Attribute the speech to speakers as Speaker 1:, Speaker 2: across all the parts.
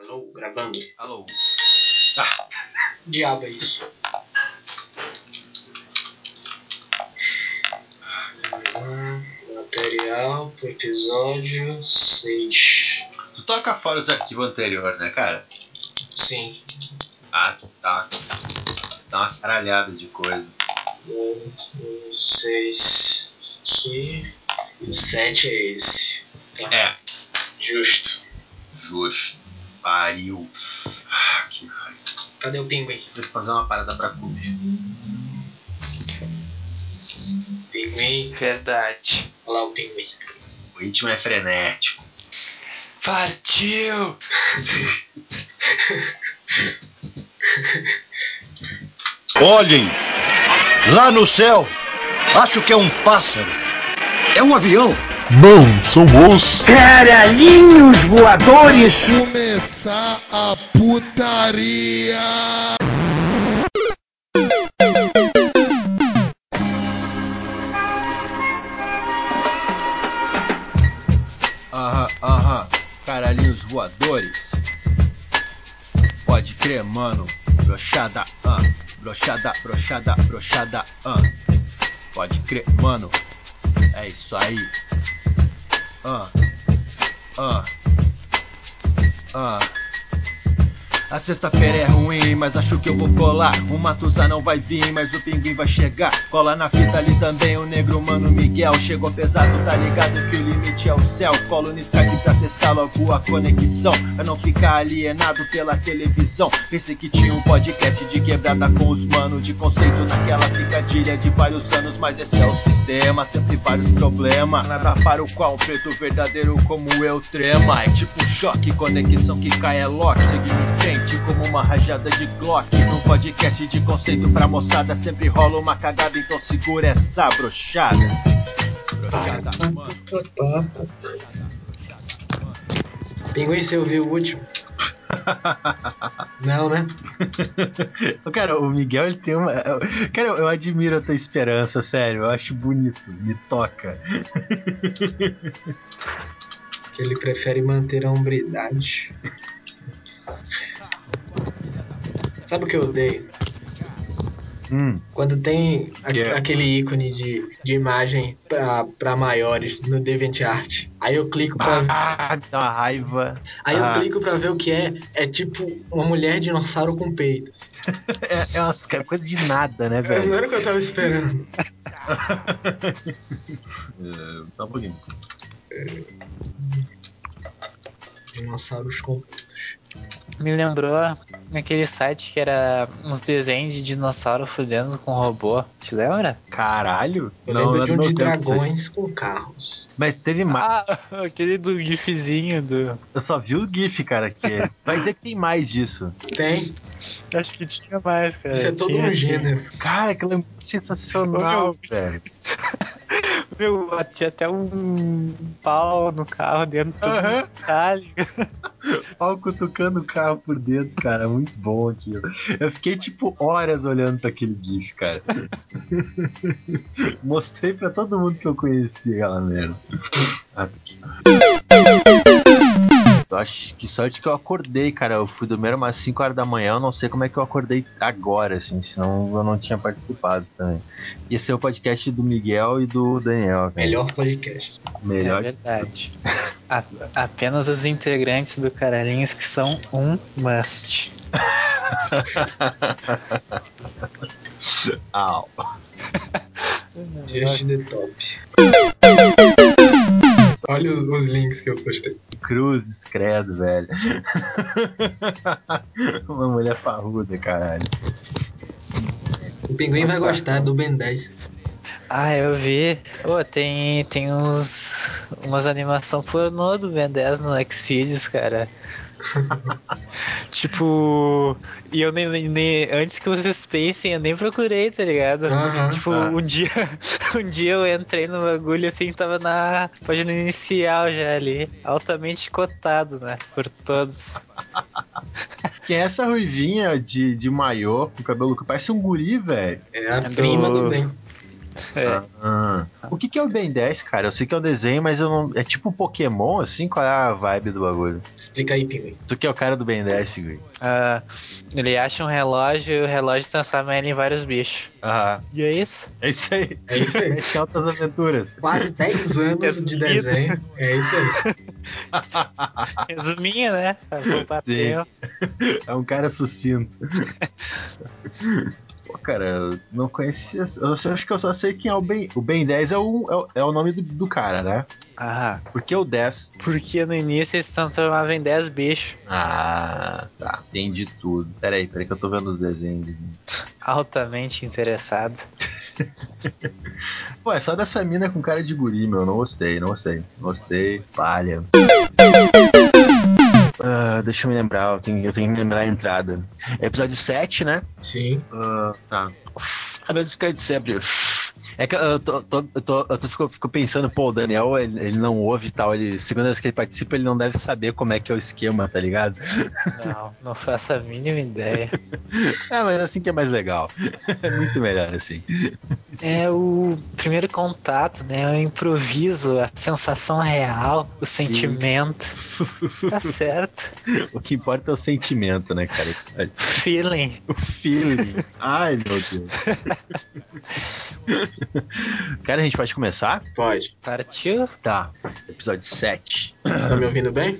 Speaker 1: Estou gravando.
Speaker 2: Alô.
Speaker 1: Ah, diabo é isso. Material pro episódio 6.
Speaker 2: Tu toca fora os arquivos anteriores, né, cara?
Speaker 1: Sim.
Speaker 2: Ah, tá. Dá uma caralhada de coisa.
Speaker 1: Um, um, seis. Aqui. O 7 é esse.
Speaker 2: É,
Speaker 1: Justo.
Speaker 2: justo. Pariu. Ah, que raiva.
Speaker 1: Cadê o pinguim?
Speaker 2: Tem que fazer uma parada pra comer.
Speaker 1: Pinguim.
Speaker 3: Verdade.
Speaker 1: Olha lá o pinguim.
Speaker 2: O ritmo é frenético.
Speaker 3: Partiu!
Speaker 4: Olhem! Lá no céu! Acho que é um pássaro! É um avião!
Speaker 5: Não, são os.
Speaker 6: Caralhinhos voadores!
Speaker 5: Começar a putaria!
Speaker 2: Aham, aham. Caralhinhos voadores. Pode crer, mano. Brochada, ah. Brochada, brochada, brochada, ah. Pode crer, mano. É isso aí. Ah. Ah. Ah. A sexta-feira é ruim, mas acho que eu vou colar. O Matusa não vai vir, mas o pinguim vai chegar. Cola na fita ali também, o negro mano Miguel. Chegou pesado, tá ligado que o limite é o céu. Colo no Skype pra testar logo a conexão. Pra não ficar alienado pela televisão. Pensei que tinha um podcast de quebrada com os manos. De conceito naquela picadilha de vários anos, mas esse é o sistema. Sempre vários problemas. Nada para o qual um preto verdadeiro como eu trema. É tipo choque, conexão que cai é lock. Seguindo em frente como uma rajada de Glock. Num podcast de conceito pra moçada, sempre rola uma cagada, então segura essa brochada. Brochada, mano.
Speaker 1: Opa. Pinguim, você ouviu o último? Não, né?
Speaker 2: Cara, o Miguel ele tem uma. Cara, eu admiro a tua esperança, sério. Eu acho bonito. Me toca.
Speaker 1: Que ele prefere manter a hombridade. Sabe o que eu odeio?
Speaker 2: Hum.
Speaker 1: Quando tem a-
Speaker 2: Yeah.
Speaker 1: aquele ícone de, de imagem pra, pra maiores no DeviantArt. Aí eu clico pra,
Speaker 3: Ah, dá uma raiva.
Speaker 1: aí eu
Speaker 2: ah.
Speaker 1: clico pra ver o que é. É tipo uma mulher dinossauro com peitos.
Speaker 3: É, é umas ca- coisa de nada, né,
Speaker 1: É, Não
Speaker 3: velho?
Speaker 1: era o que eu tava esperando.
Speaker 2: É, Só um pouquinho.
Speaker 1: Dinossauros com peitos.
Speaker 3: Me lembrou aquele site que era uns desenhos de dinossauro fudendo com robô. Te lembra?
Speaker 2: Caralho?
Speaker 1: Eu
Speaker 2: Não, é
Speaker 1: lembro de
Speaker 2: não
Speaker 1: um de
Speaker 2: tem o que dizer.
Speaker 1: dragões com carros.
Speaker 2: Mas teve mais.
Speaker 3: Ah, aquele do gifzinho do.
Speaker 2: Eu só vi o GIF, cara. Que... é- Vai dizer que tem mais disso.
Speaker 1: Tem.
Speaker 3: Acho que tinha mais, cara.
Speaker 1: Isso é todo
Speaker 3: Tinha,
Speaker 1: um
Speaker 3: tinha.
Speaker 1: gênero.
Speaker 2: Cara, que lembrança sensacional,
Speaker 3: Ô,
Speaker 2: velho.
Speaker 3: Meu, tinha até um pau no carro dentro do
Speaker 2: Aham.
Speaker 3: detalhe.
Speaker 2: Pau cutucando o carro por dentro, cara. Muito bom aquilo. Eu fiquei, tipo, horas olhando pra aquele GIF, cara. Mostrei pra todo mundo que eu conhecia aquela merda. Ah, aqui. Eu acho que sorte que eu acordei, cara. Eu fui dormir umas 5 horas da manhã. Eu não sei como é que eu acordei agora, assim. Senão eu não tinha participado também. Esse é o podcast do Miguel e do Daniel. cara.
Speaker 1: Melhor podcast.
Speaker 3: É
Speaker 2: Melhor
Speaker 3: verdade. A- apenas os integrantes do Caralhinhos que são um must.
Speaker 2: Au.
Speaker 1: Just the top. Olha os, os links que eu postei.
Speaker 2: Cruzes, credo, velho. Uma mulher parruda, caralho.
Speaker 1: O pinguim vai gostar do Ben 10.
Speaker 3: Ah, eu vi. Pô, tem, tem uns. umas animação pornô do Ben 10 no Xvideos, cara. tipo. E eu nem, nem- nem- Antes que vocês pensem, eu nem procurei, tá ligado?
Speaker 1: Aham.
Speaker 3: Tipo,
Speaker 2: Ah.
Speaker 3: um dia, um dia eu entrei no bagulho assim, tava na página inicial já ali, altamente cotado, né, por todos.
Speaker 2: Quem é essa ruivinha de, de maiô com cabelo que parece um guri, velho?
Speaker 1: É a
Speaker 3: É do-
Speaker 1: prima do Ben.
Speaker 3: É.
Speaker 2: Ah, O que, que é o Ben 10, cara? Eu sei que é um desenho, mas eu não. É tipo um Pokémon, assim? Qual é a vibe do bagulho?
Speaker 1: Explica aí, Pinguim.
Speaker 2: Tu que é o cara do Ben 10, figurinha.
Speaker 3: Ah, ele acha um relógio e o relógio transforma ele em vários bichos.
Speaker 2: Aham.
Speaker 3: E é isso?
Speaker 2: É isso aí.
Speaker 1: É isso aí. É
Speaker 2: Esse é Altas Aventuras.
Speaker 1: Quase 10 anos de
Speaker 3: Resumido.
Speaker 1: desenho. É isso aí.
Speaker 3: Resuminho, né? Vou bater.
Speaker 2: É um cara sucinto. Pô, cara, eu não conhecia. Eu só- acho que eu só sei quem é o Ben. O Ben 10 é o, é o, é o nome do, do cara, né?
Speaker 3: Ah,
Speaker 2: Porque o 10.
Speaker 3: porque no início eles transformavam em 10 bichos.
Speaker 2: Ah, tá. Entendi tudo. Peraí, peraí que eu tô vendo os desenhos.
Speaker 3: Altamente interessado.
Speaker 2: Pô, é só dessa mina com cara de guri, meu. Não gostei, não gostei. Não Gostei, palha. Ah, deixa eu me lembrar, eu tenho, eu tenho que me lembrar a entrada. É episódio 7, né?
Speaker 1: Sim.
Speaker 2: Ah, tá. A mesma coisa de sempre. É que eu tô, tô- eu tô- eu tô- fico, fico pensando, pô, o Daniel, ele, ele não ouve e tal. Ele, segunda vez que ele participa, ele não deve saber como é que é o esquema, tá ligado?
Speaker 3: Não, não faço a mínima ideia.
Speaker 2: É, mas assim que é mais legal. É muito melhor assim.
Speaker 3: É o primeiro contato, né? O improviso, a sensação real, o sentimento. Tá certo.
Speaker 2: O que importa é o sentimento, né, cara?
Speaker 3: Feeling.
Speaker 2: O feeling. Ai, meu Deus. Cara, a gente pode começar?
Speaker 1: Pode.
Speaker 3: Partiu?
Speaker 2: Tá. Episódio 7.
Speaker 1: Você tá me ouvindo bem?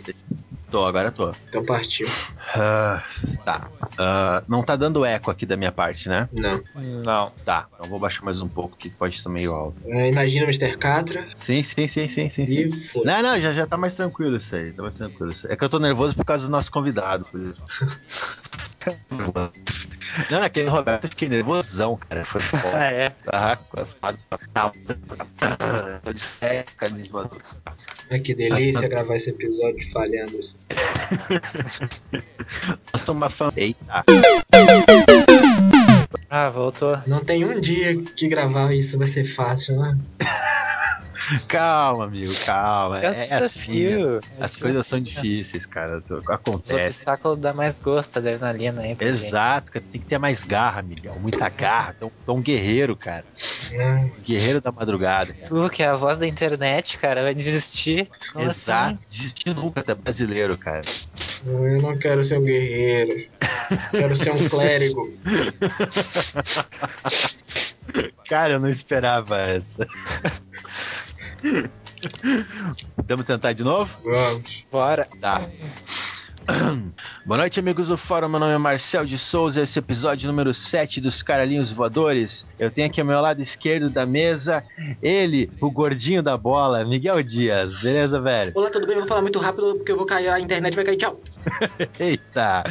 Speaker 2: Tô, agora tô.
Speaker 1: Então partiu.
Speaker 2: Ah, tá. Ah, não tá dando eco aqui da minha parte, né?
Speaker 1: Não.
Speaker 3: Não.
Speaker 2: Tá, eu vou baixar mais um pouco, que pode estar meio alto.
Speaker 1: É, imagina o Mr. Catra
Speaker 2: Sim, sim, sim, sim, sim, sim.
Speaker 1: e foi.
Speaker 2: Não, não, já, já tá mais tranquilo isso aí, tá mais tranquilo isso aí. É que eu tô nervoso por causa do nosso convidado, por isso. Não, naquele Roberto eu fiquei nervosão, cara. Foi foda.
Speaker 3: Ah, é.
Speaker 2: Aham, foi foda. Tô de sete, cara, meus manos.
Speaker 1: Ah, que delícia gravar esse episódio falhando assim.
Speaker 2: Nós somos uma fã. Eita.
Speaker 3: Ah, voltou.
Speaker 1: Não tem um dia que gravar isso vai ser fácil, né?
Speaker 2: Calma, amigo, calma.
Speaker 3: É o
Speaker 2: assim,
Speaker 3: desafio. É o
Speaker 2: As coisas são
Speaker 3: desafio.
Speaker 2: difíceis, cara. tu-
Speaker 3: Os
Speaker 2: Acontece.
Speaker 3: obstáculos dão mais gosto, adrenalina aí. pra gente.
Speaker 2: Exato, cara. Tu tem que ter mais garra, Miguel. Muita garra. Tu é um- tu é um guerreiro, cara.
Speaker 1: É,
Speaker 2: Guerreiro da madrugada, cara.
Speaker 3: Tu, que é a voz da internet, cara, vai desistir. Como
Speaker 2: Exato. Desistir nunca, tu é brasileiro, cara.
Speaker 1: Eu não quero ser um guerreiro. Quero ser um clérigo.
Speaker 2: Cara, eu não esperava essa. Vamos tentar de novo?
Speaker 1: Vamos.
Speaker 3: assim? Bora.
Speaker 2: Tá. Boa noite, amigos do Fórum. Meu nome é Marcel de Souza. Esse é o episódio número 7 dos Caralhinhos Voadores. Eu tenho aqui ao meu lado esquerdo da mesa ele, o gordinho da bola, Miguel Dias. Beleza, velho?
Speaker 1: Olá, tudo bem? Vou falar muito rápido porque eu vou cair, a internet vai cair. Tchau.
Speaker 2: Eita!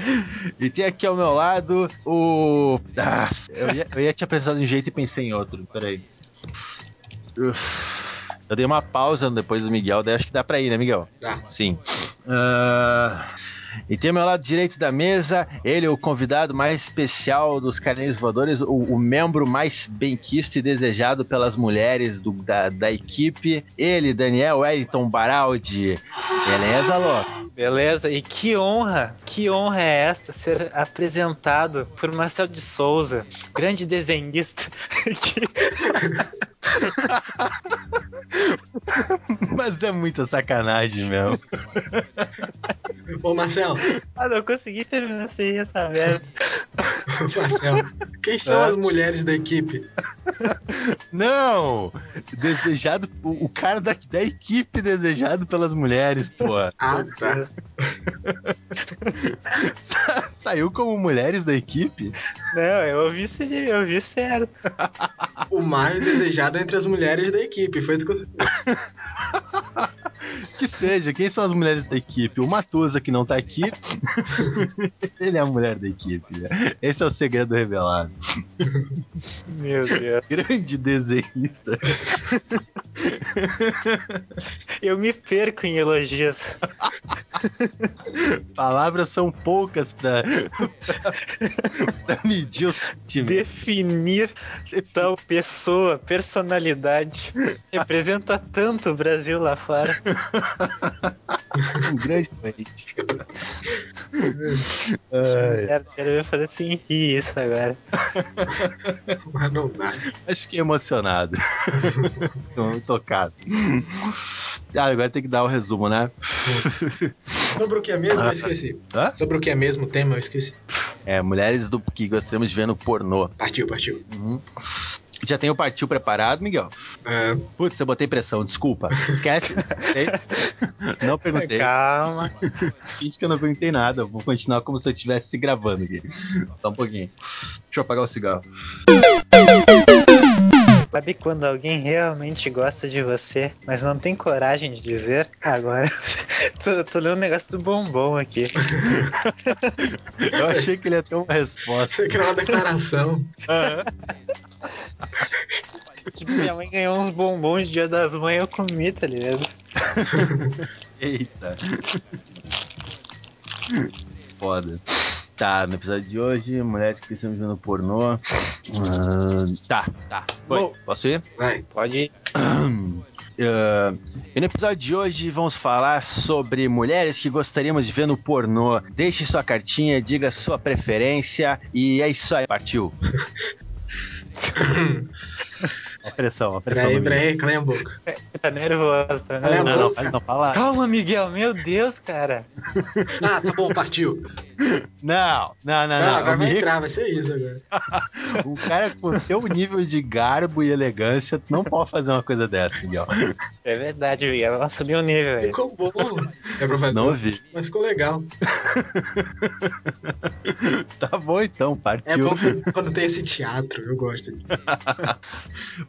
Speaker 2: E tem aqui ao meu lado o. Ah, eu, ia, eu ia te apresentar de um jeito e pensei em outro, peraí. Uf. Eu dei uma pausa depois do Miguel, daí acho que dá pra ir, né, Miguel?
Speaker 1: Dá.
Speaker 2: Sim. Ah, e tem ao meu lado direito da mesa, ele, o convidado mais especial dos Carneiros Voadores, o, o membro mais benquisto e desejado pelas mulheres do- da, da equipe, ele, Daniel Wellington Baraldi. Beleza, Lô?
Speaker 3: Beleza, e que honra, que honra é esta ser apresentado por Marcel de Souza, grande desenhista. que-
Speaker 2: Mas é muita sacanagem mesmo.
Speaker 1: Ô, Marcel.
Speaker 3: Ah, não consegui terminar sem essa merda.
Speaker 1: Marcel. Quem são as mulheres da equipe?
Speaker 2: Não! Desejado. O, o cara da, da equipe desejado pelas mulheres, pô.
Speaker 1: Ah, tá.
Speaker 2: Saiu como mulheres da equipe?
Speaker 3: Não, eu ouvi, sim, eu ouvi sério.
Speaker 1: O mais desejado entre as mulheres da equipe. Foi isso que você
Speaker 2: Que seja, quem são as mulheres da equipe? O Matusa, que não tá aqui. Ele é a mulher da equipe. né? Esse é o segredo revelado.
Speaker 3: Meu Deus.
Speaker 2: Grande desenhista.
Speaker 3: Eu me perco em elogios.
Speaker 2: Palavras são poucas pra, pra, pra medir o sentimento.
Speaker 3: Definir tal pessoa, personalidade, representa tanto o Brasil lá fora.
Speaker 2: Um grande doente.
Speaker 3: Quero, quero me fazer sem rir isso agora.
Speaker 1: Mas Ah, não dá.
Speaker 2: Mas fiquei emocionado. Tô Tocado. Ah, agora tem que dar o resumo, né?
Speaker 1: Sobre o que é mesmo, eu esqueci.
Speaker 2: Hã?
Speaker 1: Sobre o que é mesmo o tema, eu esqueci.
Speaker 2: É, mulheres do que gostamos de ver no pornô.
Speaker 1: Partiu, partiu.
Speaker 2: Já tem o partiu preparado, Miguel?
Speaker 1: Ah,
Speaker 2: Putz, eu botei pressão, desculpa. Esquece. Ei, não perguntei.
Speaker 3: Calma.
Speaker 2: Finge que eu não perguntei nada. Eu Vou continuar como se eu estivesse gravando aqui. Só um pouquinho. Deixa eu apagar o cigarro.
Speaker 3: Sabe quando alguém realmente gosta de você, mas não tem coragem de dizer? Agora, tô, tô lendo um negócio do bombom aqui.
Speaker 2: Eu achei que ele ia ter uma resposta.
Speaker 1: você criou uma declaração.
Speaker 3: Que minha mãe ganhou uns bombons de Dia das Mães, eu comi, tá ligado?
Speaker 2: Eita. Foda. Tá, no episódio de hoje, mulheres que precisam de no pornô. Ah, tá, tá. Foi.
Speaker 3: Bom.
Speaker 2: Posso ir?
Speaker 1: Vai.
Speaker 3: Pode
Speaker 2: Ah, e no episódio de hoje vamos falar sobre mulheres que gostaríamos de ver no pornô. Deixe sua cartinha, diga sua preferência e é isso aí, partiu. Ó a É pressão, ó a pressão.
Speaker 1: Peraí,
Speaker 2: no meio.
Speaker 1: peraí, cala a boca.
Speaker 3: Tá nervoso, tá
Speaker 1: Cala a
Speaker 3: nervoso.
Speaker 2: Não, não, faz não, fala.
Speaker 3: Calma, Miguel, meu Deus, cara.
Speaker 1: Ah, tá bom, partiu.
Speaker 2: Não, não, não, não.
Speaker 1: Ah, agora
Speaker 2: Eu
Speaker 1: vai
Speaker 2: me
Speaker 1: entrar, vai ser isso agora.
Speaker 2: O Um cara com seu nível de garbo e elegância não pode fazer uma coisa dessa, Miguel.
Speaker 3: É verdade, Miguel. Vamos subir o nível aí.
Speaker 1: Ficou bom. É, professor?
Speaker 2: Não vi.
Speaker 1: Mas ficou legal.
Speaker 2: Tá bom então,
Speaker 1: É
Speaker 2: partiu.
Speaker 1: bom quando tem esse teatro, eu gosto.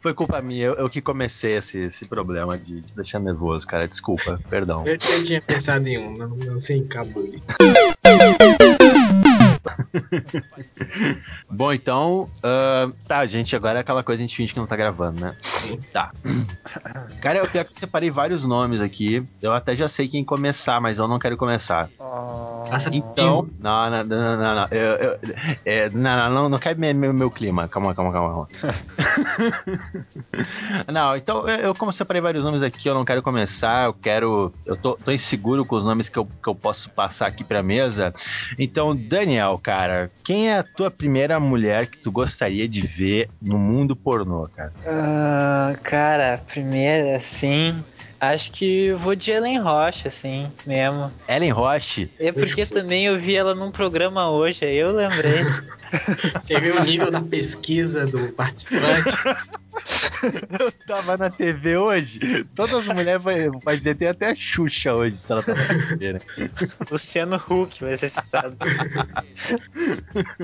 Speaker 2: Foi culpa minha, eu, eu que comecei esse, esse problema de te deixar nervoso, cara. Desculpa, perdão.
Speaker 1: Eu, eu tinha pensado em um, não, não sei, acabou.
Speaker 2: Bom, então, ahn, tá, gente, agora é aquela coisa que a gente finge que não tá gravando, né? Tá. Cara, eu pior que eu separei vários nomes aqui. Eu até já sei quem começar, mas eu não quero começar.
Speaker 1: Passa
Speaker 2: Então. Não, não, não, não, não. Eu, eu- é, não, não, não, não cai meu, meu, meu clima. Calma, calma, calma. calma. não, então, eu, eu como separei vários nomes aqui, eu não quero começar. Eu quero. Eu tô, tô inseguro com os nomes que eu, que eu posso passar aqui pra mesa. Então, Daniel, cara, quem é a tua primeira mulher que tu gostaria de ver no mundo pornô, cara?
Speaker 3: Ah, cara, primeiro, assim, acho que eu vou de Ellen Rocha, assim, mesmo.
Speaker 2: Ellen Roche.
Speaker 3: É porque também eu vi ela num programa hoje, aí eu lembrei.
Speaker 1: Você viu o nível da pesquisa do participante?
Speaker 2: Eu tava na TV hoje. Todas as mulheres vai, vai ter tem até a Xuxa hoje, se ela tava na TV, né?
Speaker 3: Luciano Huck vai ser citado.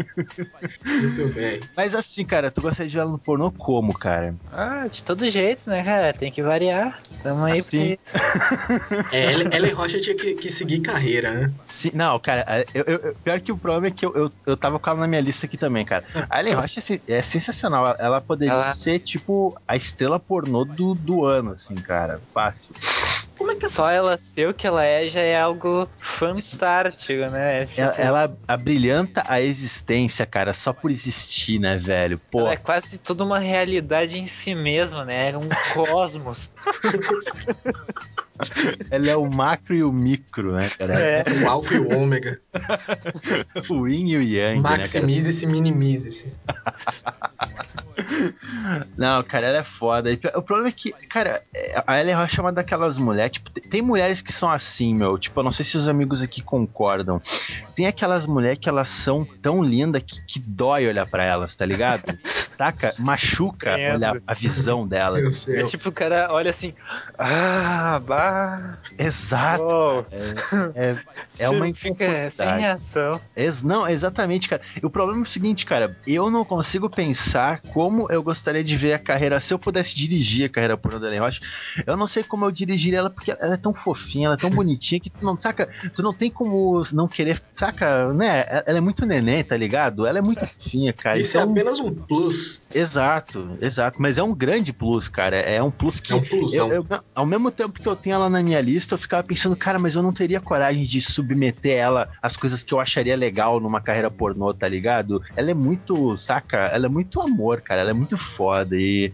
Speaker 1: Muito bem.
Speaker 2: Mas assim, cara, tu gostaria de ver ela no pornô como, cara?
Speaker 3: Ah, de todo jeito, né, cara? Tem que variar. Tamo aí
Speaker 2: Assim.
Speaker 3: porque-
Speaker 1: É, Ellen, Ellen Rocha tinha que, que seguir carreira, né?
Speaker 2: Sim, não, cara, é, eu- eu- eu- pior que o problema é que eu, eu, eu tava com ela na minha lista aqui também, cara. A Ellen Rocha é sen- é sensacional. Ela- Ela poderia
Speaker 3: Ela-
Speaker 2: ser, tipo, a estrela pornô do, do ano, assim, cara. Fácil.
Speaker 3: Como é que só ela ser o que ela é já é algo fantástico, né?
Speaker 2: Ela, ela abrilhanta a existência, cara, só por existir, né, velho? Pô,
Speaker 3: Ela é quase toda uma realidade em si mesma, né? É um cosmos.
Speaker 2: ela é o macro e o micro, né, cara?
Speaker 3: É.
Speaker 1: O alfa e o ômega.
Speaker 2: O yin e o yang, né, cara?
Speaker 1: Maximize-se, minimize-se.
Speaker 2: Não, cara, ela é foda. E O problema é que, cara, é, a Ellen Rocha é uma daquelas mulheres. Tipo, tem- tem mulheres que são assim, meu. Tipo, eu não sei se os amigos aqui concordam. Tem aquelas mulheres que elas são tão lindas que, que dói olhar pra elas, tá ligado? Saca? Machuca
Speaker 3: Entendo.
Speaker 2: olhar a visão delas.
Speaker 1: Eu sei.
Speaker 3: É tipo o cara olha assim, ah, bah,
Speaker 2: Exato.
Speaker 3: uou."
Speaker 2: É, Ah, é uma
Speaker 3: fica sem
Speaker 2: inconformidade.
Speaker 3: reação.
Speaker 2: Ex- não, exatamente, cara. E o problema é o seguinte, cara. Eu não consigo pensar como eu gostaria de ver a carreira. Se eu pudesse dirigir a carreira pornô da Ellen Rocha, eu não sei como eu dirigiria ela, porque ela é tão fofinha, ela é tão bonitinha que tu não, saca? Tu não tem como não querer, saca? Né? Ela é muito neném, tá ligado? Ela é muito fofinha, cara.
Speaker 1: Isso é
Speaker 2: então,
Speaker 1: apenas um plus.
Speaker 2: Exato, exato. Mas é um grande plus, cara. É um plus que.
Speaker 1: É um plusão.
Speaker 2: Eu- eu- ao mesmo tempo que eu tenho ela na minha lista, eu ficava pensando, cara, mas eu não teria coragem de submeter ela às coisas que eu acharia legal numa carreira pornô, tá ligado? Ela é muito, saca? Ela é muito amor, cara. Ela é muito foda. E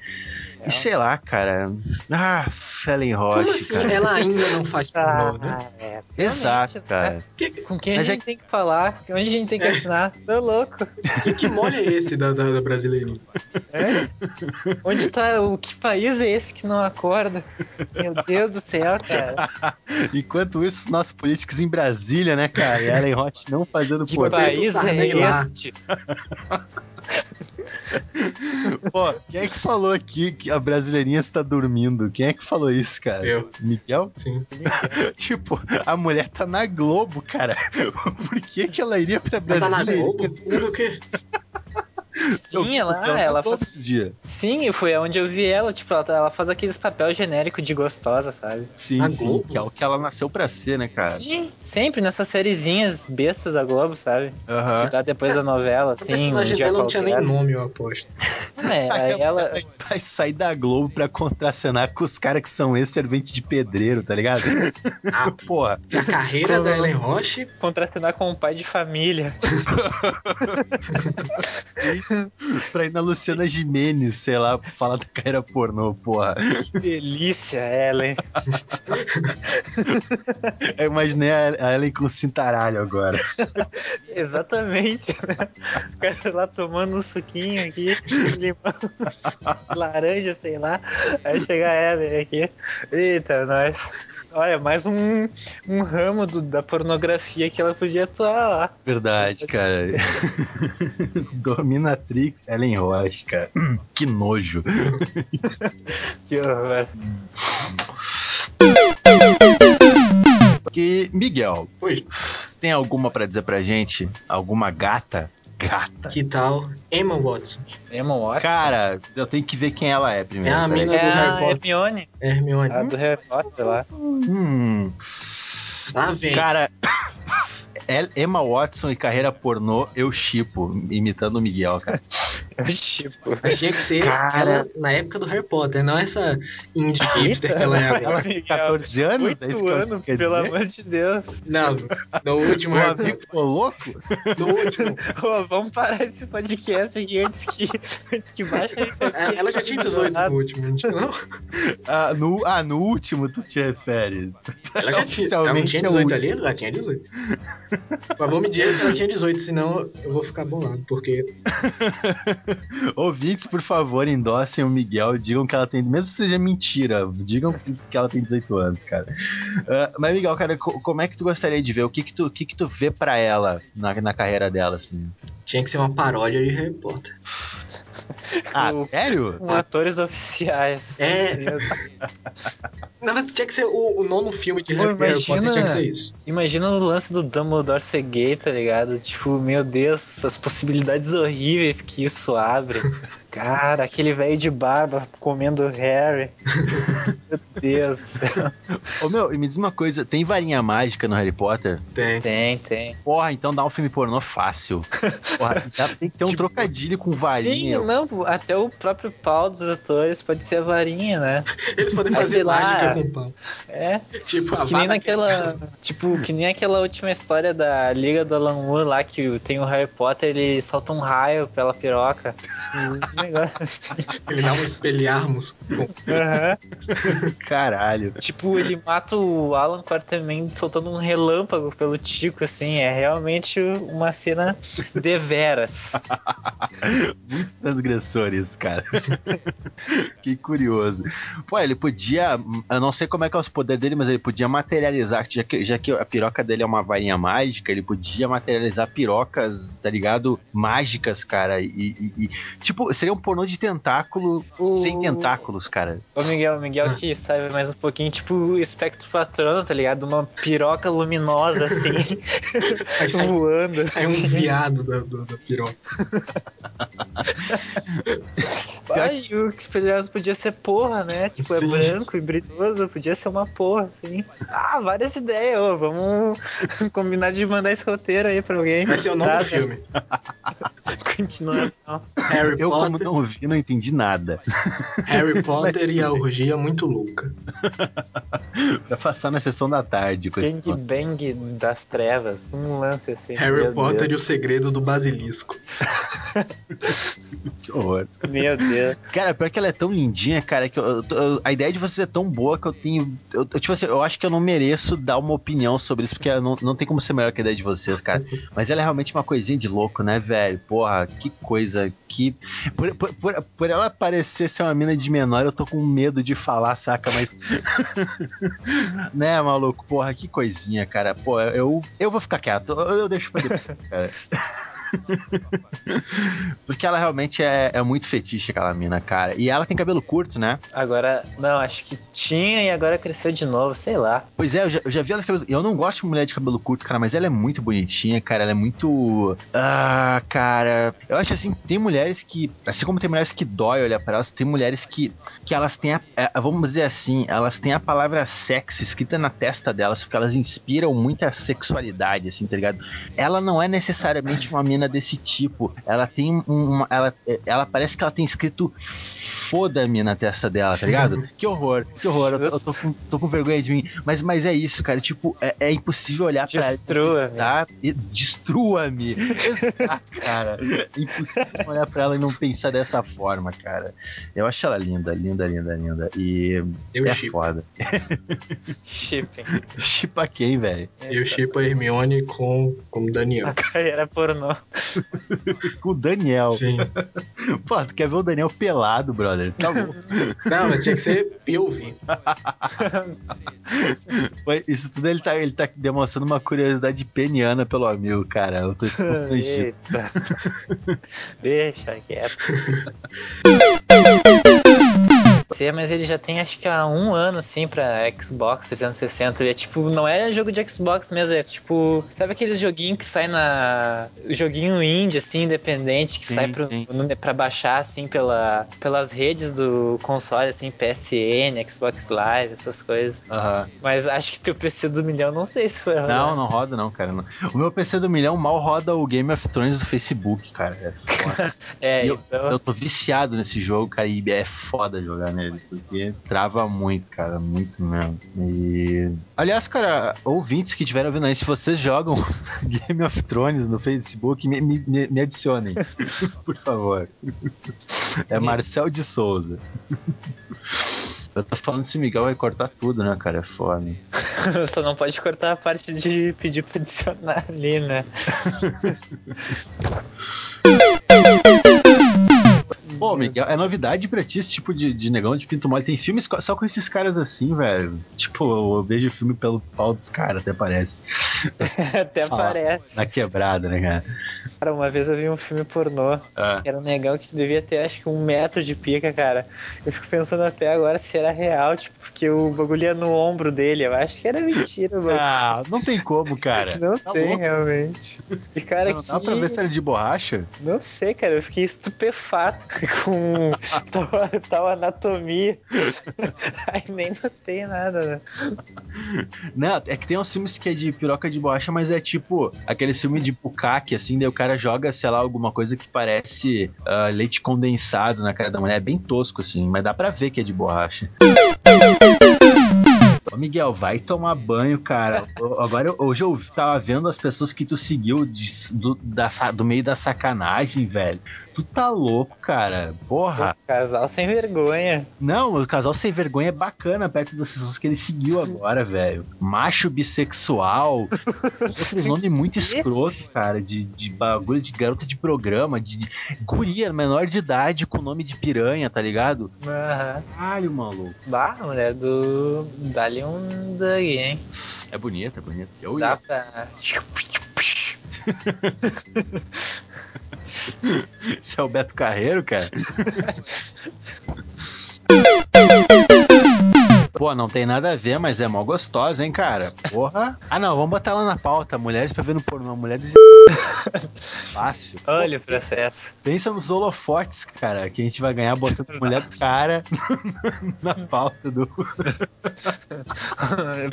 Speaker 3: É.
Speaker 2: E sei lá, cara. Ah, Fellen
Speaker 1: Como
Speaker 2: Roche,
Speaker 1: assim
Speaker 2: cara.
Speaker 1: ela ainda não faz pornô, né?
Speaker 3: Ah, é.
Speaker 2: Exato,
Speaker 3: Realmente,
Speaker 2: cara.
Speaker 3: Com quem a
Speaker 2: Uhum. Mas é
Speaker 3: gente tem que falar? Com onde a gente tem que assinar? Tô louco.
Speaker 1: Que, que mole é esse da, da, da brasileirinha?
Speaker 3: É? Onde tá. O que país é esse que não acorda? Meu Deus do céu, cara.
Speaker 2: Enquanto isso, os nossos políticos em Brasília, né, cara? E Ellen Roth não fazendo
Speaker 3: Que
Speaker 2: porra.
Speaker 3: país é
Speaker 1: Sarney lá.
Speaker 3: este?
Speaker 2: Pô, quem é que falou aqui que a brasileirinha está dormindo? Quem é que falou isso, cara?
Speaker 1: Eu.
Speaker 2: Miguel?
Speaker 1: Sim.
Speaker 2: Tipo, a mulher tá na Globo, cara. Por que que ela iria pra
Speaker 1: Ela tá
Speaker 2: Brasília?
Speaker 1: na Globo? Indo o quê?
Speaker 3: Sim, ela, é,
Speaker 2: tá
Speaker 3: ela
Speaker 2: todos
Speaker 3: faz.
Speaker 2: os dias.
Speaker 3: Sim, foi onde eu vi ela. Tipo, ela, ela faz aqueles papel genérico de gostosa, sabe?
Speaker 2: Sim,
Speaker 1: Na
Speaker 2: sim,
Speaker 1: Globo?
Speaker 2: que é o que ela nasceu pra ser, né,
Speaker 1: É.
Speaker 2: cara?
Speaker 3: Sim, sempre nessas sériezinhas bestas da Globo, sabe?
Speaker 2: Aham.
Speaker 3: Que tá depois da novela,
Speaker 1: O
Speaker 3: assim. Um
Speaker 1: personagem
Speaker 3: dia
Speaker 1: dela não tinha nem
Speaker 3: qualquer.
Speaker 1: nome, eu aposto.
Speaker 3: É,
Speaker 2: Tá,
Speaker 3: aí ela.
Speaker 2: Vai- Vai sair da Globo pra contracenar com os caras que são ex-servente de pedreiro, tá ligado?
Speaker 1: Ah,
Speaker 2: Porra,
Speaker 1: a carreira da Ellen Roche,
Speaker 3: contracenar com um pai de família.
Speaker 2: pra ir na Luciana Jimenez, sei lá, falar da carreira pornô, porra.
Speaker 3: Que delícia, Ellen.
Speaker 2: Eu imaginei a a Ellen com cintaralho agora.
Speaker 3: Exatamente. né? O cara lá tomando um suquinho aqui, limão, laranja, sei lá. Aí chega a Ellen aqui. Eita, nós. Olha, mais um, um ramo do- da pornografia que ela podia atuar lá.
Speaker 2: Verdade, cara. Dominatrix Ellen Roche, cara. Que nojo.
Speaker 3: Que horror.
Speaker 2: Que Miguel,
Speaker 1: pois,
Speaker 2: tem alguma pra dizer pra gente? Alguma gata? Gata.
Speaker 1: que tal? Emma Watson,
Speaker 3: Emma Watson.
Speaker 2: Cara, eu tenho que ver quem ela é primeiro.
Speaker 1: É a
Speaker 2: peraí.
Speaker 1: mina-
Speaker 3: é
Speaker 1: do
Speaker 3: a
Speaker 1: Harry Potter.
Speaker 3: Hermione.
Speaker 1: Hermione.
Speaker 3: A do Harry Potter lá.
Speaker 2: Hum.
Speaker 1: Lá vem.
Speaker 2: Cara, El- Emma Watson e carreira pornô, eu chipo, imitando o Miguel, cara.
Speaker 3: Tipo.
Speaker 1: Mas tinha que ser
Speaker 2: Cara.
Speaker 1: ela na época do Harry Potter, não essa indie hipster que ela é agora.
Speaker 2: Ela tem 14 anos? é isso que
Speaker 3: Oito
Speaker 2: eu
Speaker 3: anos,
Speaker 2: quero
Speaker 3: pelo
Speaker 2: dizer?
Speaker 3: amor de Deus.
Speaker 1: Não, no último
Speaker 2: Meu
Speaker 1: Harry
Speaker 2: amigo
Speaker 1: Potter.
Speaker 2: ficou louco?
Speaker 1: No último.
Speaker 3: Ô, vamos parar esse podcast aqui antes que, antes que baixe.
Speaker 1: É, Ela já tinha 18 no último, não tinha, não?
Speaker 2: Ah no, ah, no último tu te refere.
Speaker 1: Ela já tinha. Ela não tinha
Speaker 2: Oficialmente é o
Speaker 1: 18 ali? Ela tinha 18. Por favor, me diga que ela tinha 18, senão eu vou ficar bolado, porque
Speaker 2: Ouvintes, por favor, endossem o Miguel, digam que ela tem, mesmo que seja mentira, digam que ela tem 18 anos, cara. Ah, mas, Miguel, cara, co- como é que tu gostaria de ver? O que que tu, o que que tu vê pra ela na, na carreira dela, assim?
Speaker 1: tinha que ser uma paródia de Harry Potter.
Speaker 2: Ah,
Speaker 3: Eu-
Speaker 2: sério?
Speaker 3: Com atores oficiais.
Speaker 1: É.
Speaker 3: Meu Deus.
Speaker 1: Na verdade, tinha que ser o, o nono filme de
Speaker 3: Pô,
Speaker 1: Harry, Harry
Speaker 3: imagina.
Speaker 1: Potter, tinha que ser isso.
Speaker 3: Imagina o lance do Dumbledore ser gay, tá ligado? Tipo, meu Deus, as possibilidades horríveis que isso abre. Cara, aquele velho de barba comendo Harry. Meu Deus do céu.
Speaker 2: Ô, meu, e me diz uma coisa, tem varinha mágica no Harry Potter?
Speaker 1: Tem.
Speaker 3: Tem, tem.
Speaker 2: Porra, então dá um filme pornô fácil. Porra, já tem que ter um
Speaker 3: Tipo,
Speaker 2: trocadilho com varinha.
Speaker 3: Sim, né? não, até o próprio pau dos atores pode ser a varinha, né?
Speaker 1: Eles podem
Speaker 3: Mas
Speaker 1: fazer
Speaker 3: sei lá.
Speaker 1: mágica com pau.
Speaker 3: É.
Speaker 1: Tipo, a
Speaker 3: Que nem
Speaker 1: vara
Speaker 3: naquela. Tipo, que nem aquela última história da Liga do Alan Moore lá que tem o Harry Potter, ele solta um raio pela piroca.
Speaker 1: Uhum.
Speaker 3: Um negócio assim.
Speaker 1: Ele dá um espelharmos. Bom,
Speaker 3: Aham.
Speaker 2: Caralho.
Speaker 3: Tipo, ele mata o Alan Quarterman soltando um relâmpago pelo Tico, assim. É realmente uma cena deveras.
Speaker 2: Transgressores, cara. que curioso. Pô, ele podia. Eu não sei como é que é os poderes dele, mas ele podia materializar. Já que, já que a piroca dele é uma varinha mágica, ele podia materializar pirocas, tá ligado? Mágicas, cara. E, e- e- tipo, seria um pornô de tentáculo
Speaker 3: O-
Speaker 2: sem tentáculos, cara.
Speaker 3: Ô Miguel, Miguel que sabe mais um pouquinho, tipo o espectro patrono, tá ligado? Uma piroca luminosa, assim,
Speaker 1: aí
Speaker 3: Então,
Speaker 1: sai,
Speaker 3: voando.
Speaker 1: sai um viado da, do- da piroca.
Speaker 3: Pai, o Expelliarmus podia ser porra, né? Tipo, é
Speaker 1: Sim.
Speaker 3: branco e brilhoso, podia ser uma porra, assim. Ah, várias ideias, ô, vamos combinar de mandar esse roteiro aí pra alguém. Tá,
Speaker 1: Vai ser o
Speaker 2: Tá,
Speaker 3: assim,
Speaker 1: nome do
Speaker 3: Traz
Speaker 1: filme.
Speaker 3: essa Continuação.
Speaker 1: Harry
Speaker 2: Eu, como
Speaker 1: Potter,
Speaker 2: não vi, não entendi nada.
Speaker 1: Harry Potter e a orgia muito louca.
Speaker 2: pra passar na sessão da tarde. Com esse
Speaker 3: Gang
Speaker 2: nome.
Speaker 3: Bang das Trevas, um lance assim.
Speaker 1: Harry
Speaker 3: meu
Speaker 1: Potter
Speaker 3: Deus.
Speaker 1: e o Segredo do Basilisco.
Speaker 2: Que horror.
Speaker 3: Meu Deus.
Speaker 2: Cara, pior que ela é tão lindinha, cara, que eu- eu tô- eu- a ideia de vocês é tão boa que eu tenho. Eu, eu, tipo assim, eu acho que eu não mereço dar uma opinião sobre isso, porque eu não, não tem como ser melhor que a ideia de vocês, cara. Mas ela é realmente uma coisinha de louco, né, velho? Porra, que coisa. Que. Por, por, por, por ela parecer ser uma mina de menor, eu tô com medo de falar, saca? Mas. né, maluco? Porra, que coisinha, cara. Pô, eu, eu vou ficar quieto. Eu, eu deixo pra depois, cara. Porque ela realmente é, é muito fetiche, aquela mina, cara. E ela tem cabelo curto, né?
Speaker 3: Agora, não, acho que tinha e agora cresceu de novo, sei lá.
Speaker 2: Pois é, eu já, eu já vi ela de cabelo. Eu não gosto de mulher de cabelo curto, cara, mas ela é muito bonitinha, cara. Ela é muito. Ah, cara. Eu acho assim, tem mulheres que. Assim como tem mulheres que dói olhar pra elas, tem mulheres que. Que elas têm a. é, vamos dizer assim, elas têm a palavra sexo escrita na testa delas, porque elas inspiram muita sexualidade, assim, tá ligado? Ela não é necessariamente uma mina desse tipo. Ela tem um- uma. Ela, ela parece que ela tem escrito foda-me na testa dela, tá ligado? Que horror, que horror. Eu, tô- eu tô, com, tô com vergonha de mim. Mas, mas é isso, cara. Tipo, é, é impossível olhar
Speaker 3: Destrua-me.
Speaker 2: pra ela e pensar. e- Destrua-me. Ah, cara. É impossível olhar pra ela e não pensar dessa forma, cara. Eu acho ela linda, linda, linda, linda. E
Speaker 1: Eu
Speaker 2: é
Speaker 1: chipo.
Speaker 2: foda.
Speaker 3: Shipping.
Speaker 2: Chipa quem, velho?
Speaker 1: Eu chipo a Hermione com, com o Daniel.
Speaker 3: A carreira pornô.
Speaker 2: Com o Daniel.
Speaker 1: Sim.
Speaker 2: Pô, tu quer ver o Daniel pelado, brother? Tá bom.
Speaker 1: Não, mas tinha que ser POV.
Speaker 2: Mas Isso tudo ele tá, ele tá demonstrando uma curiosidade peniana pelo amigo, cara. Eu tô constrangido.
Speaker 3: Eita. Deixa quieto. Sim, mas ele já tem acho que há um ano assim pra Xbox 360. Ele é tipo, não é jogo de Xbox mesmo, é tipo. Sabe aqueles joguinhos que sai na. Joguinho indie, assim, independente, que
Speaker 2: Sim,
Speaker 3: sai pro,
Speaker 2: sim.
Speaker 3: no- pra baixar, assim, pela, pelas redes do console, assim, PSN, Xbox Live, essas coisas.
Speaker 2: Aham.
Speaker 3: Mas acho que teu PC do milhão, não sei se foi.
Speaker 2: Não, não roda não, cara. não. O meu PC do milhão mal roda o Game of Thrones do Facebook, cara. É foda.
Speaker 3: É,
Speaker 2: eu,
Speaker 3: então.
Speaker 2: eu tô viciado nesse jogo, cara, e é foda jogar nele, porque trava muito, cara, muito mesmo. E... Aliás, cara, ouvintes que estiveram ouvindo aí, se vocês jogam Game of Thrones no Facebook, me, me- me- me adicionem, por favor. É Marcel de Souza. Eu tô falando se o Miguel vai cortar tudo, né, cara? É foda.
Speaker 3: Só não pode cortar a parte de pedir pra adicionar ali, né?
Speaker 2: Pô, Miguel, é novidade pra ti esse tipo de, de negão de pinto mole. Tem filmes co- só com esses caras assim, velho. Tipo, eu vejo filme pelo pau dos caras, até parece.
Speaker 3: Até
Speaker 2: Ah.
Speaker 3: parece.
Speaker 2: Na quebrada, né, cara?
Speaker 3: Cara, uma vez eu vi um filme pornô
Speaker 2: Ah.
Speaker 3: que era um negão que devia ter acho que um metro de pica, cara. Eu fico pensando até agora se era real, tipo, porque o bagulho ia no ombro dele. Eu acho que era mentira, mano.
Speaker 2: Ah, não tem como, cara.
Speaker 3: Não
Speaker 2: tá
Speaker 3: tem,
Speaker 2: louco.
Speaker 3: realmente. E cara,
Speaker 2: Não dá pra ver se é-
Speaker 3: que...
Speaker 2: era de borracha?
Speaker 3: Não sei, cara, eu fiquei estupefato com tal, tal anatomia. Ai, nem notei nada, né?
Speaker 2: Não, é que tem uns filmes que é de piroca de borracha, mas é tipo aquele filme de bucaque, assim, daí o cara joga, sei lá, alguma coisa que parece ah, leite condensado na cara da mulher. É bem tosco, assim, mas dá pra ver que é de borracha. Ô Miguel, vai tomar banho, cara. Ô, Agora, eu- hoje eu tava vendo as pessoas que tu seguiu de- do, da sa- do meio da sacanagem, velho. Tu tá louco, cara. Porra.
Speaker 3: Casal sem vergonha.
Speaker 2: Não, o casal sem vergonha é bacana perto das pessoas que ele seguiu agora, velho. Macho bissexual. Outro nome muito escroto, cara. De, de bagulho de garota de programa, de, de guria menor de idade com nome de piranha, tá ligado?
Speaker 3: Aham.
Speaker 2: Caralho, maluco.
Speaker 3: Bah, mulher do. Dá-lhe um Doug, hein?
Speaker 2: É bonito, é bonito. Eu
Speaker 3: Dá
Speaker 2: ia.
Speaker 3: pra.
Speaker 2: Isso é o Beto Carreiro, cara. Pô, não tem nada a ver, mas é mó gostosa, hein, cara? Porra. Ah, não, vamos botar lá na pauta. Mulheres pra ver no pornô. Mulheres. Fácil.
Speaker 3: Olha o processo.
Speaker 2: Pensa nos holofotes, cara, que a gente vai ganhar botando mulher do cara na pauta do.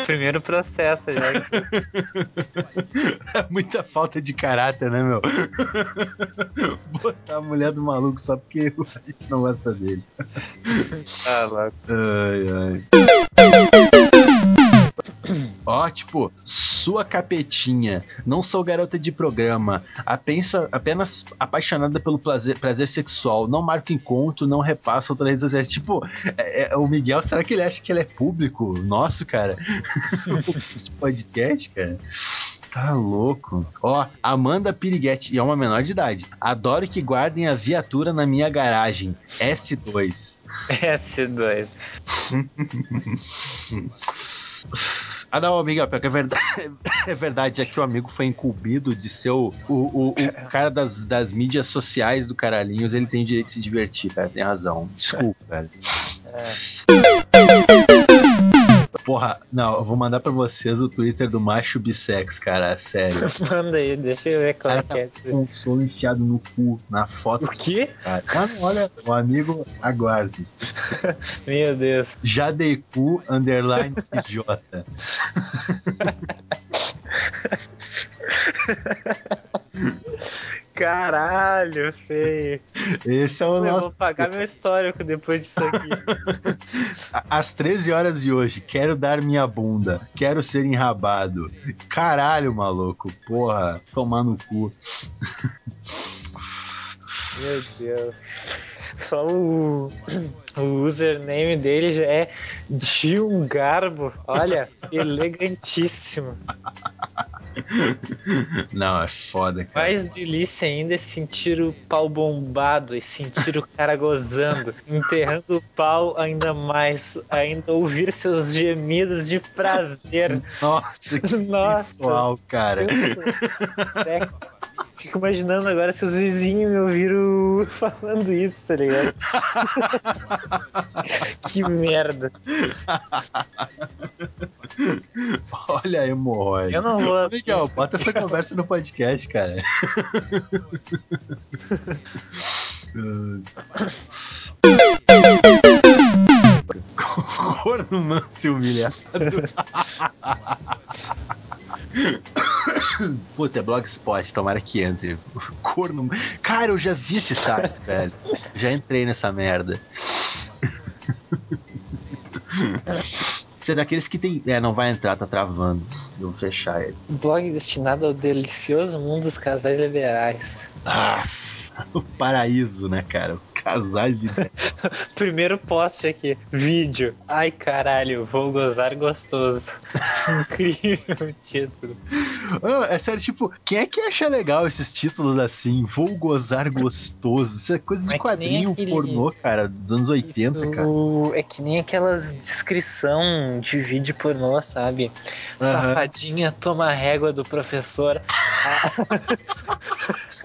Speaker 3: Primeiro processo já.
Speaker 2: É muita falta de caráter, né, meu? Botar a mulher do maluco só porque a gente não gosta dele.
Speaker 3: Ah, tá louco.
Speaker 2: Ai, ai. Ó, tipo, sua capetinha, não sou garota de programa, apensa- apenas apaixonada pelo prazer, prazer sexual, não marco encontro, não repassa outras redes sociais. Tipo, é- é- o Miguel, será que ele acha que ele é público? Nosso, cara. Esse podcast, cara. Tá louco. Ó, Amanda Piriguete, e é uma menor de idade. Adoro que guardem a viatura na minha garagem. S2.
Speaker 3: S2.
Speaker 2: Ah não, amiga, pior que é verdade. É verdade, é que o amigo foi incumbido de ser o, o, o- o cara das, das mídias sociais do Caralhinhos, ele tem o direito de se divertir, cara. Tem razão. Desculpa, velho. É. Porra, não, eu vou mandar pra vocês o Twitter do macho bissex, cara. Sério.
Speaker 3: Manda aí, deixa eu ver
Speaker 2: cara
Speaker 3: claro
Speaker 2: tá
Speaker 3: que é.
Speaker 2: com o sono enfiado no cu, na foto
Speaker 3: O
Speaker 2: do
Speaker 3: quê?
Speaker 2: cara. Ah, não, olha, o amigo aguarde.
Speaker 3: Meu Deus.
Speaker 2: Jadecu underline idiota.
Speaker 3: Caralho, feio.
Speaker 2: Esse é o
Speaker 3: Eu
Speaker 2: nosso.
Speaker 3: vou pagar meu histórico depois disso aqui.
Speaker 2: Às 13 horas de hoje, quero dar minha bunda, quero ser enrabado. Caralho, maluco, porra, tomar no cu.
Speaker 3: Meu Deus. Só o, o username dele já é de um garbo. Olha, elegantíssimo.
Speaker 2: Não, é foda, cara.
Speaker 3: Mais delícia ainda é sentir o pau bombado e sentir o cara gozando, enterrando o pau ainda mais, ainda ouvir seus gemidos de prazer.
Speaker 2: Nossa, que
Speaker 3: Nossa,
Speaker 2: sensual, cara.
Speaker 3: Deus, sexo. Fico imaginando agora se os vizinhos me ouviram falando isso, tá ligado? que merda.
Speaker 2: Olha a hemorroide.
Speaker 3: Eu não vou.
Speaker 2: Miguel, bota essa conversa no podcast, cara. Corno manso e humilhado. Puta, é blogspot, tomara que entre. Corno. Cara, eu já vi esse site, velho. Já entrei nessa merda. Será daqueles que tem. É, não vai entrar, tá travando. Vou fechar ele.
Speaker 3: Blog destinado ao delicioso mundo dos casais liberais.
Speaker 2: Ah, o paraíso, né, cara? Os casais de.
Speaker 3: Primeiro post aqui, vídeo. Ai caralho, vou gozar gostoso. Incrível o título.
Speaker 2: Ah, é sério, tipo, quem é que acha legal esses títulos assim? Vou gozar gostoso. Isso é coisa de
Speaker 3: Mas que nem
Speaker 2: quadrinho
Speaker 3: aquele-
Speaker 2: pornô, cara, dos anos 80,
Speaker 3: Isso
Speaker 2: cara.
Speaker 3: é que nem aquelas descrição de vídeo pornô, sabe?
Speaker 2: Aham.
Speaker 3: Safadinha toma a régua do professor.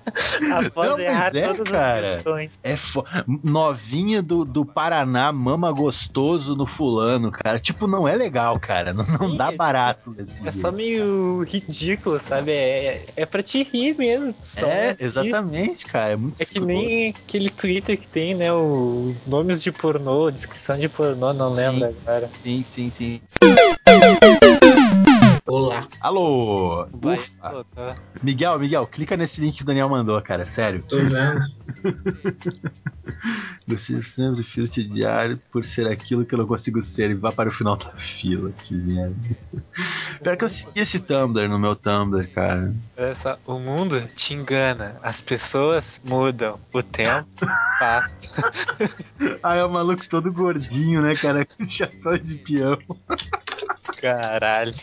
Speaker 3: Após
Speaker 2: Não, mas
Speaker 3: errar
Speaker 2: é,
Speaker 3: todas
Speaker 2: cara.
Speaker 3: as questões.
Speaker 2: É fo... novinha do, do Paraná, mama gostoso no fulano, cara. Tipo, não é legal, cara. Não, não
Speaker 3: Sim, é
Speaker 2: dá
Speaker 3: tipo-
Speaker 2: barato desse
Speaker 3: É
Speaker 2: jeito.
Speaker 3: só meio ridículo, sabe? É, é pra te rir mesmo. Só
Speaker 2: É,
Speaker 3: rir.
Speaker 2: exatamente, cara. É muito
Speaker 3: É que
Speaker 2: escroto.
Speaker 3: nem aquele Twitter que tem, né? O nomes de pornô, descrição de pornô, não
Speaker 2: Sim.
Speaker 3: lembro agora.
Speaker 2: Sim, sim, sim.
Speaker 1: Olá.
Speaker 2: Alô!
Speaker 3: Vai,
Speaker 2: Ufa.
Speaker 3: pô, tá.
Speaker 2: Miguel, Miguel, clica nesse link que o Daniel mandou, cara, sério.
Speaker 1: Tô vendo.
Speaker 2: Eu sempre prefiro te diário por ser aquilo que eu não consigo ser e vá para o final da fila, que merda. Pior que eu segui esse Tumblr no meu Tumblr, cara.
Speaker 3: Olha só, o mundo te engana, as pessoas mudam, o tempo passa.
Speaker 2: Ah, é o maluco todo gordinho, né, cara? Com chapéu de peão.
Speaker 3: Caralho.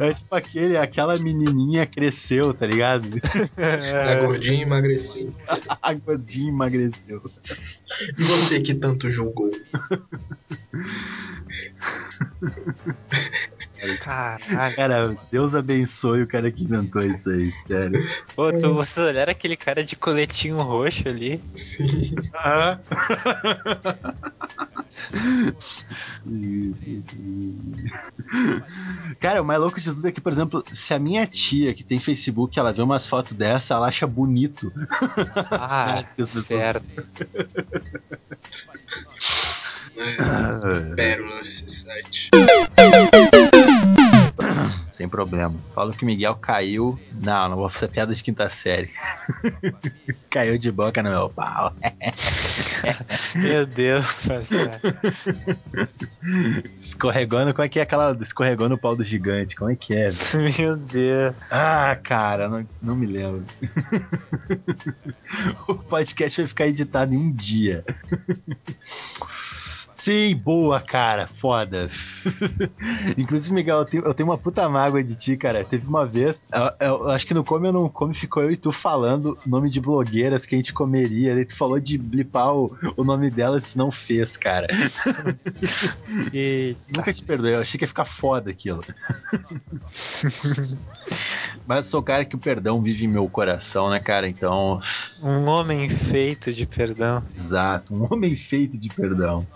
Speaker 2: É tipo aquele, aquela menininha cresceu, tá ligado? É.
Speaker 1: Tá gordinho e emagreceu.
Speaker 2: A gordinha emagreceu.
Speaker 1: E você que tanto julgou?
Speaker 3: Caralho.
Speaker 2: Cara, Deus abençoe o cara que inventou isso aí, sério.
Speaker 3: Pô, tu, vocês olharam aquele cara de coletinho roxo ali?
Speaker 1: Sim.
Speaker 2: Aham. Cara, o mais louco de tudo é que, por exemplo, se a minha tia que tem Facebook, ela vê umas fotos dessa, ela acha bonito.
Speaker 3: Ah,
Speaker 2: As pessoas-
Speaker 3: certo.
Speaker 1: né?
Speaker 2: Ah.
Speaker 1: Pérola esse site.
Speaker 2: sem problema. Falam que o Miguel caiu. Não, não vou fazer piada de quinta série. caiu de boca no meu pau.
Speaker 3: Meu Deus, Marcelo.
Speaker 2: Escorregando, como é que é aquela. Escorregando o pau do gigante? Como é que é? velho?
Speaker 3: Meu Deus.
Speaker 2: Ah, cara, não, não me lembro. o podcast vai ficar editado em um dia. Sim, boa, cara, foda. Inclusive, Miguel, eu tenho, eu tenho uma puta mágoa de ti, cara. Teve uma vez, eu, eu acho que no Come ou Não Come ficou eu e tu falando nome de blogueiras que a gente comeria. Daí tu falou de blipar o, o nome delas e não fez, cara.
Speaker 3: E
Speaker 2: Nunca te perdoei, eu achei que ia ficar foda aquilo. Mas eu sou o cara que o perdão vive em meu coração, né, cara? Então,
Speaker 3: um homem feito de perdão.
Speaker 2: exato, um homem feito de perdão.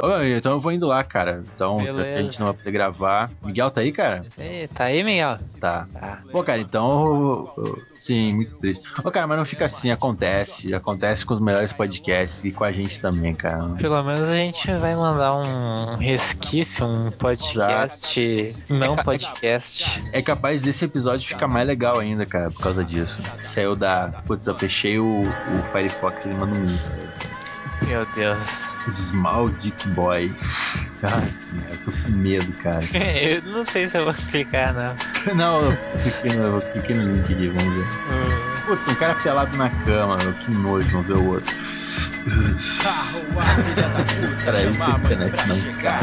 Speaker 2: Ô, Então eu vou indo lá, cara. Então, já que a gente
Speaker 3: Beleza.
Speaker 2: não vai poder gravar. Miguel tá aí, cara?
Speaker 3: Ei, tá aí, Miguel?
Speaker 2: Tá.
Speaker 3: Tá.
Speaker 2: Pô, cara, então. eu- eu- Sim, muito triste. Ô, cara, mas não fica assim, acontece. Acontece com os melhores podcasts e com a gente também, cara.
Speaker 3: Pelo menos a gente vai mandar um resquício, um podcast. Não podcast.
Speaker 2: É capaz desse episódio ficar mais legal ainda, cara, por causa disso. Saiu da. Putz, eu fechei o, o Firefox, ele manda um
Speaker 3: Meu Deus.
Speaker 2: Small Dick Boy. Ai, eu tô com medo, cara.
Speaker 3: Eu não sei se eu vou clicar, não.
Speaker 2: Não, eu cliquei no, eu cliquei no link aqui, vamos ver.
Speaker 3: Hum.
Speaker 2: Putz, um cara pelado na cama, meu, que nojo, vamos ver o outro.
Speaker 7: tá
Speaker 2: Cara,
Speaker 7: né?
Speaker 2: isso é internet não cai.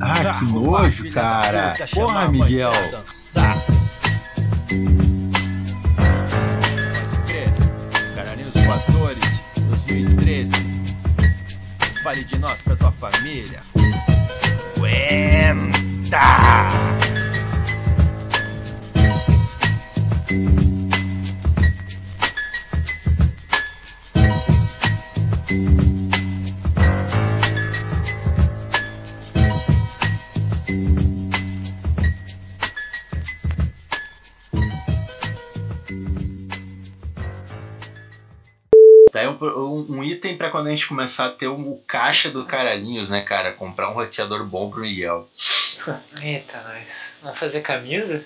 Speaker 2: Ah, que nojo, cara. Porra, Miguel.
Speaker 7: Caralhinhos Fatores, 2013. Fale de nós pra tua família.
Speaker 2: Daí um, um- um item pra quando a gente começar a ter o caixa do Caralhinhos, né, cara? Comprar um roteador bom pro Miguel.
Speaker 3: Eita, nós. Vamos fazer camisa?